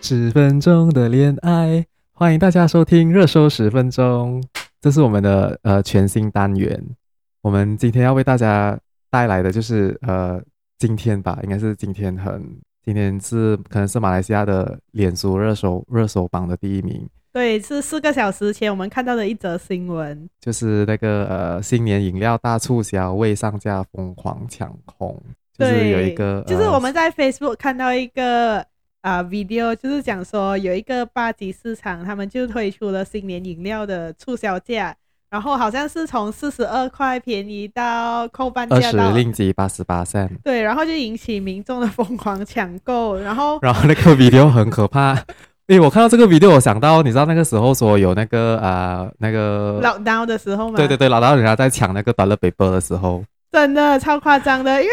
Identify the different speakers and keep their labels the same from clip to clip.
Speaker 1: 十分钟的恋爱，欢迎大家收听热搜十分钟，这是我们的呃全新单元。我们今天要为大家带来的就是呃今天吧，应该是今天很今天是可能是马来西亚的脸书热搜热搜榜的第一名，
Speaker 2: 对，是四个小时前我们看到的一则新闻。
Speaker 1: 就是那个呃新年饮料大促销，未上架疯狂抢空，就是
Speaker 2: 对，
Speaker 1: 有一个
Speaker 2: 就是
Speaker 1: 呃
Speaker 2: 我们在 Facebook 看到一个啊、video，就是讲说有一个八级市场，他们就推出了新年饮料的促销价，然后好像是从四十二块便宜到扣半
Speaker 1: 二
Speaker 2: 价
Speaker 1: 十
Speaker 2: 到。
Speaker 1: 令吉八十八 c
Speaker 2: 对，然后就引起民众的疯狂抢购，然后
Speaker 1: 然后那个 video 很可怕。诶，我看到这个 video，我想到你知道那个时候说有那个呃那个，
Speaker 2: 老 w 的时候嘛，
Speaker 1: 对对对，老大人家在抢那个 dollar paper 的时候，
Speaker 2: 真的超夸张的，因为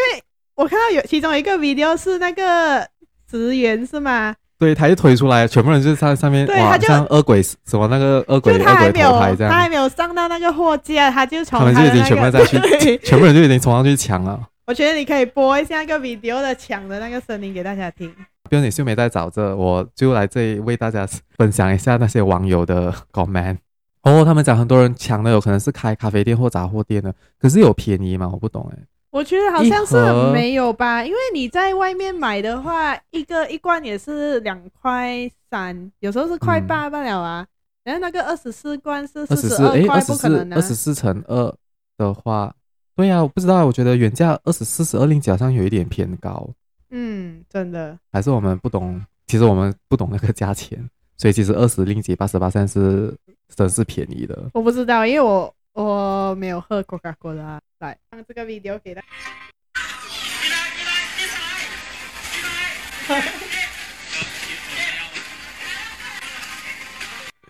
Speaker 2: 我看到有其中一个 video 是那个职员是吗？
Speaker 1: 对，他就推出来，全部人就在上面
Speaker 2: 对
Speaker 1: 哇，
Speaker 2: 他就
Speaker 1: 像恶鬼什么那个恶鬼
Speaker 2: 就他
Speaker 1: 恶
Speaker 2: 还
Speaker 1: 鬼
Speaker 2: 没
Speaker 1: 投胎
Speaker 2: 有
Speaker 1: 这
Speaker 2: 他还
Speaker 1: 样，
Speaker 2: 没有上到那个货架，他就从
Speaker 1: 他们就
Speaker 2: 的
Speaker 1: 已经
Speaker 2: 那
Speaker 1: 全部
Speaker 2: 个
Speaker 1: 在去
Speaker 2: 对
Speaker 1: 全部人就已经冲上去抢了。
Speaker 2: 我觉得你可以播一下那个 video 的抢的那个声音给大家听。
Speaker 1: 不用你秀梅在找这，我就来这里为大家分享一下那些网友的 comment。哦，他们讲很多人抢的有可能是开咖啡店或杂货店的，可是有便宜吗？我不懂哎。
Speaker 2: 我觉得好像是
Speaker 1: 一盒
Speaker 2: 没有吧，因为你在外面买的话，一个一罐也是两块三，有时候是块
Speaker 1: 嗯
Speaker 2: 八罢了啊。然后那个二十四罐是
Speaker 1: 二
Speaker 2: 四
Speaker 1: 十
Speaker 2: 十
Speaker 1: 四，哎
Speaker 2: 二，
Speaker 1: 二
Speaker 2: 块，
Speaker 1: 十
Speaker 2: 不
Speaker 1: 四
Speaker 2: 可能，啊
Speaker 1: 二！十四乘二的话，对呀、我不知道，我觉得原价二十四十二令吉好像有一点偏高，
Speaker 2: 嗯，真的，
Speaker 1: 还是我们不懂？其实我们不懂那个价钱，所以其实二十令吉八十八三是真是便宜的。
Speaker 2: 我不知道，因为我我没有喝 Coca Cola。来，放这个 video 给大家。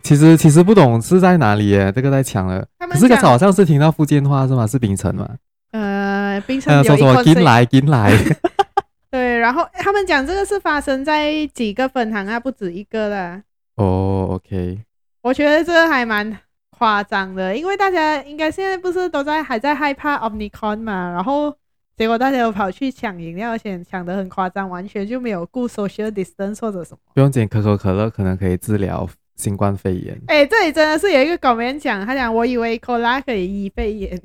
Speaker 1: 其实其实不懂是在哪里耶，这个在抢了。
Speaker 2: 他们
Speaker 1: 可是刚才
Speaker 2: 讲
Speaker 1: 好像是听到福建话是吗？是槟城吗？
Speaker 2: 呃，冰城
Speaker 1: 呃，说
Speaker 2: 有一
Speaker 1: 什么
Speaker 2: 罐
Speaker 1: 金
Speaker 2: 水
Speaker 1: 来金 来，
Speaker 2: 对，然后他们讲这个是发生在几个分行啊，不止一个啦。
Speaker 1: 哦，OK，
Speaker 2: 我觉得这还蛮夸张的，因为大家应该现在不是都在还在害怕 Omicron 嘛，然后结果大家又跑去抢饮料，而且抢得很夸张，完全就没有顾 social distance 或者什么。
Speaker 1: 不用捡可口可乐，可能可以治疗新冠肺炎。
Speaker 2: 哎，这里真的是有一个港人讲，他讲我以为 cola 可以医肺炎。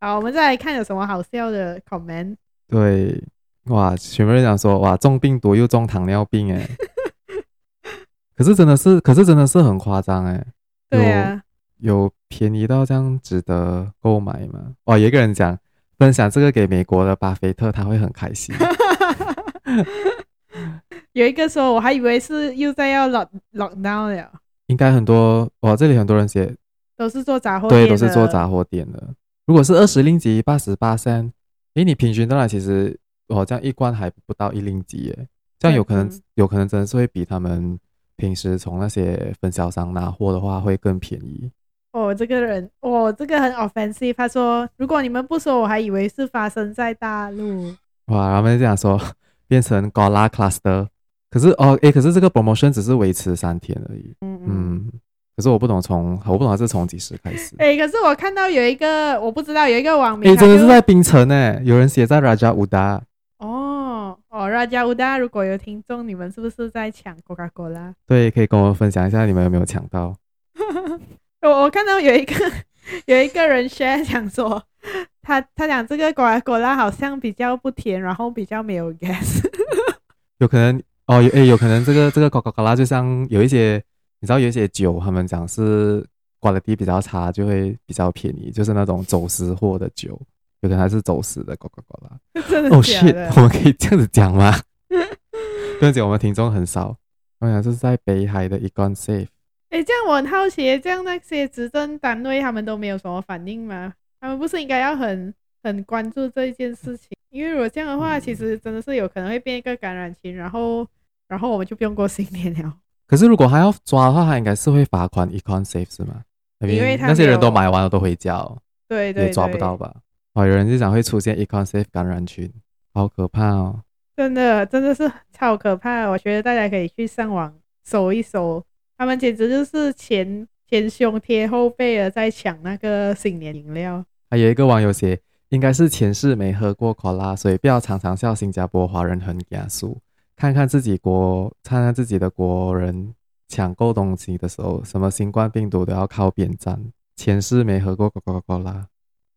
Speaker 2: 好，我们再来看有什么好笑的 comment。
Speaker 1: 对，哇，全部人讲说，哇，中病毒又中糖尿病哎，可是真的是，可是真的是很夸张哎，
Speaker 2: 对啊，
Speaker 1: 有便宜到这样值得购买吗？哇，有一个人讲分享这个给美国的巴菲特，他会很开心。
Speaker 2: 有一个说我还以为是又在要 lock lock down 了，
Speaker 1: 应该很多哇，这里很多人写
Speaker 2: 都是做杂货店
Speaker 1: 对，
Speaker 2: 的，
Speaker 1: 都是做杂货店的。如果是二十令吉八十八三，诶，你平均到来其实哦，这样一罐还不到一令吉耶，这样有可能、
Speaker 2: 嗯
Speaker 1: 有可能真的是会比他们平时从那些分销商拿货的话会更便宜。
Speaker 2: 哦，这个人，哦，这个很 offensive。他说，如果你们不说，我还以为是发生在大陆。
Speaker 1: 哇，他们就讲说变成 Gola Cluster，可是哦，诶，可是这个 promotion 只是维持三天而已，
Speaker 2: 嗯嗯。
Speaker 1: 嗯。可是我不懂从，我不懂它是从几时开始。
Speaker 2: 哎、可是我看到有一个，我不知道有一个网民，
Speaker 1: 诶，
Speaker 2: 他
Speaker 1: 真的是
Speaker 2: 就
Speaker 1: 在槟城诶，有人写在 Raja Uda，
Speaker 2: 哦哦，大家乌大，如果有听众，你们是不是在抢 Coca Cola？
Speaker 1: 对，可以跟我们分享一下你们有没有抢到？
Speaker 2: 我我看到有一个 有一个人 share 讲说，他他讲这个 Coca Cola 好像比较不甜，然后比较没有 gas。
Speaker 1: 有可能哦，有诶，有可能这个这个 Coca Cola 就像有一些，你知道有一些酒，他们讲是 quality 比较差，就会比较便宜，就是那种走私货的酒，有可能它是走私的 Coca Cola。
Speaker 2: 真的
Speaker 1: 哦、
Speaker 2: 假
Speaker 1: shit，
Speaker 2: 的
Speaker 1: 我们可以这样子讲吗？ 对不起，我们听众很少。我想这是在北海的 Egon Safe，
Speaker 2: 哎，这样我很好奇，这样那些执政单位他们都没有什么反应吗？他们不是应该要很很关注这一件事情？因为如果这样的
Speaker 1: 嗯
Speaker 2: 话，其实真的是有可能会变一个感染群，然后然后我们就不用过新年了。
Speaker 1: 可是如果他要抓的话，他应该是会罚款 Egon Safe 是吗？I mean，
Speaker 2: 因为他
Speaker 1: 那些
Speaker 2: 没
Speaker 1: 人都
Speaker 2: 有
Speaker 1: 买完了都回家、哦。
Speaker 2: 对对
Speaker 1: 也抓不
Speaker 2: 对
Speaker 1: 到吧？哦，有人就讲会出现 econ safe 感染群，好可怕哦！
Speaker 2: 真的真的是超可怕。我觉得大家可以去上网搜一搜，他们简直就是前前胸贴后背的在抢那个新年饮料。
Speaker 1: 还啊有一个网友写，应该是前世没喝过可拉，所以不要常常笑新加坡华人很严肃。看看自己国，看看自己的国人抢购东西的时候，什么新冠病毒都要靠边站，前世没喝过 Coca-Cola，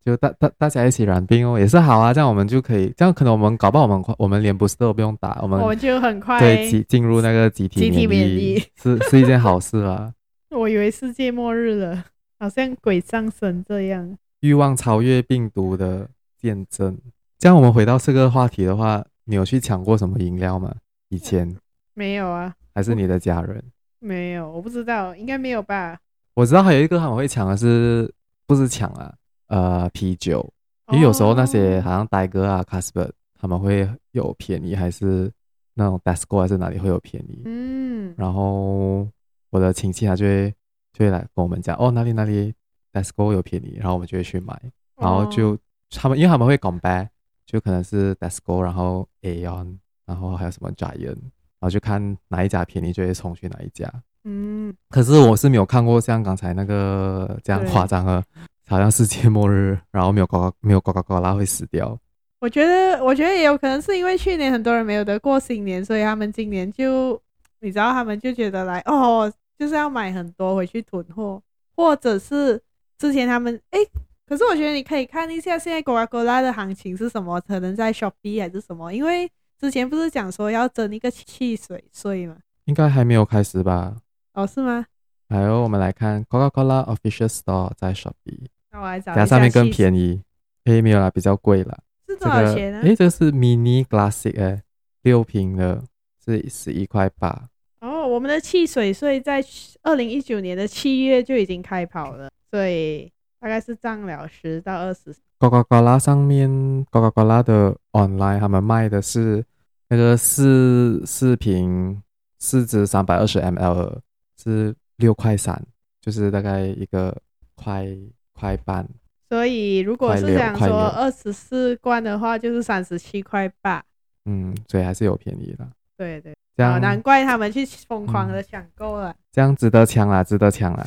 Speaker 1: 就大大大家一起染病哦，也是好啊，这样我们就可以，这样可能我们搞不好我们我们连 booster 都不用打，我们
Speaker 2: 我就很快。
Speaker 1: 对集进入那个集体
Speaker 2: 哦集体
Speaker 1: 免
Speaker 2: 免疫
Speaker 1: 是是一件好事啊啦。
Speaker 2: 我以为世界末日了，好像鬼上身这样。
Speaker 1: 欲望超越病毒的见证。这样我们回到这个话题的话，你有去抢过什么饮料吗？以前
Speaker 2: 没有啊，
Speaker 1: 还是你的家人？
Speaker 2: 没有，我不知道，应该没有吧？
Speaker 1: 我知道还有一个很会抢的是，不是抢啊，呃，啤酒，因为有时候那些
Speaker 2: 哦
Speaker 1: 好像呆哥啊、Casper 他们会有便宜，还是那种 Dasco 还是哪里会有便宜。
Speaker 2: 嗯，
Speaker 1: 然后我的亲戚啊他就会就会来跟我们讲，哦，哪里哪里 Dasco 有便宜，然后我们就会去买。然后
Speaker 2: 哦
Speaker 1: 就他们，因为他们会 compare，就可能是 Desco，然后 Aon，然后还有什么 Giant，然后就看哪一家便宜就会冲去哪一家。
Speaker 2: 嗯，
Speaker 1: 可是我是没有看过像刚才那个这样
Speaker 2: 对
Speaker 1: 夸张的，好像世界末日，然后没有高没有高高高拉会死掉。
Speaker 2: 我觉得，我觉得也有可能是因为去年很多人没有得过新年，所以他们今年就，你知道，他们就觉得来哦，就是要买很多回去囤货，或者是之前他们诶，可是我觉得你可以看一下现在 Coca-Cola 的行情是什么，可能在 Shopee 还是什么，因为之前不是讲说要征一个汽水税嘛？
Speaker 1: 应该还没有开始吧？
Speaker 2: 哦，是吗？
Speaker 1: 还有，我们来看 Coca-Cola Official Store 在 Shopee，
Speaker 2: 那我来找一
Speaker 1: 等下上面更
Speaker 2: 汽水
Speaker 1: 便宜，诶，没有啦，比较贵啦。
Speaker 2: 是
Speaker 1: 这
Speaker 2: 多少
Speaker 1: 个
Speaker 2: 钱啊呢、
Speaker 1: 诶，这个是 Mini Classic 诶，六瓶的，是十一块八。
Speaker 2: 哦，我们的汽水税在二零一九年的七月就已经开跑了，所以大概是涨了十到二十。
Speaker 1: 高高高拉上面高高高拉的 online 他们卖的是那个四四瓶四支三百二十 ml 的是六块三，就是大概一个块块半。
Speaker 2: 所以如果
Speaker 1: 快
Speaker 2: 是
Speaker 1: 六
Speaker 2: 想
Speaker 1: 快
Speaker 2: 说
Speaker 1: 六
Speaker 2: 二十四罐的话，就是三十七块八。
Speaker 1: 嗯，所以还是有便宜的。
Speaker 2: 对对，
Speaker 1: 这
Speaker 2: 哦
Speaker 1: 样、
Speaker 2: 难怪他们去疯狂的抢购了。
Speaker 1: 这样值得抢啦，值得抢啦。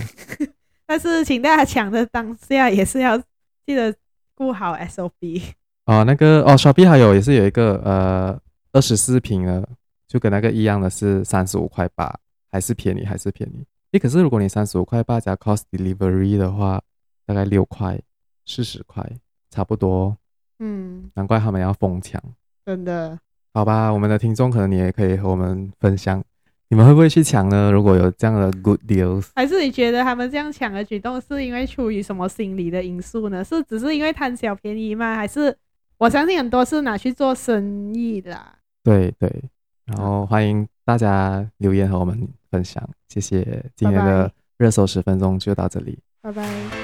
Speaker 2: 但是，请大家抢的当下也是要记得顾好 SOP。
Speaker 1: 哦，那个哦，Shopee 还有也是有一个呃二十四瓶的，就跟那个一样的是三十五块八，还是便宜，还是便宜。诶，可是如果你三十五块八加 cost delivery 的话，大概六块，四十块，差不多。
Speaker 2: 嗯，
Speaker 1: 难怪他们要疯抢，
Speaker 2: 真的，
Speaker 1: 好吧？我们的听众可能你也可以和我们分享，你们会不会去抢呢？如果有这样的 good deals，
Speaker 2: 还是你觉得他们这样抢的举动是因为出于什么心理的因素呢？是只是因为贪小便宜吗？还是我相信很多是拿去做生意的啊、
Speaker 1: 对对。然后欢迎大家留言和我们分享，谢谢。今天
Speaker 2: 拜拜
Speaker 1: 的热搜十分钟就到这里。
Speaker 2: 拜拜。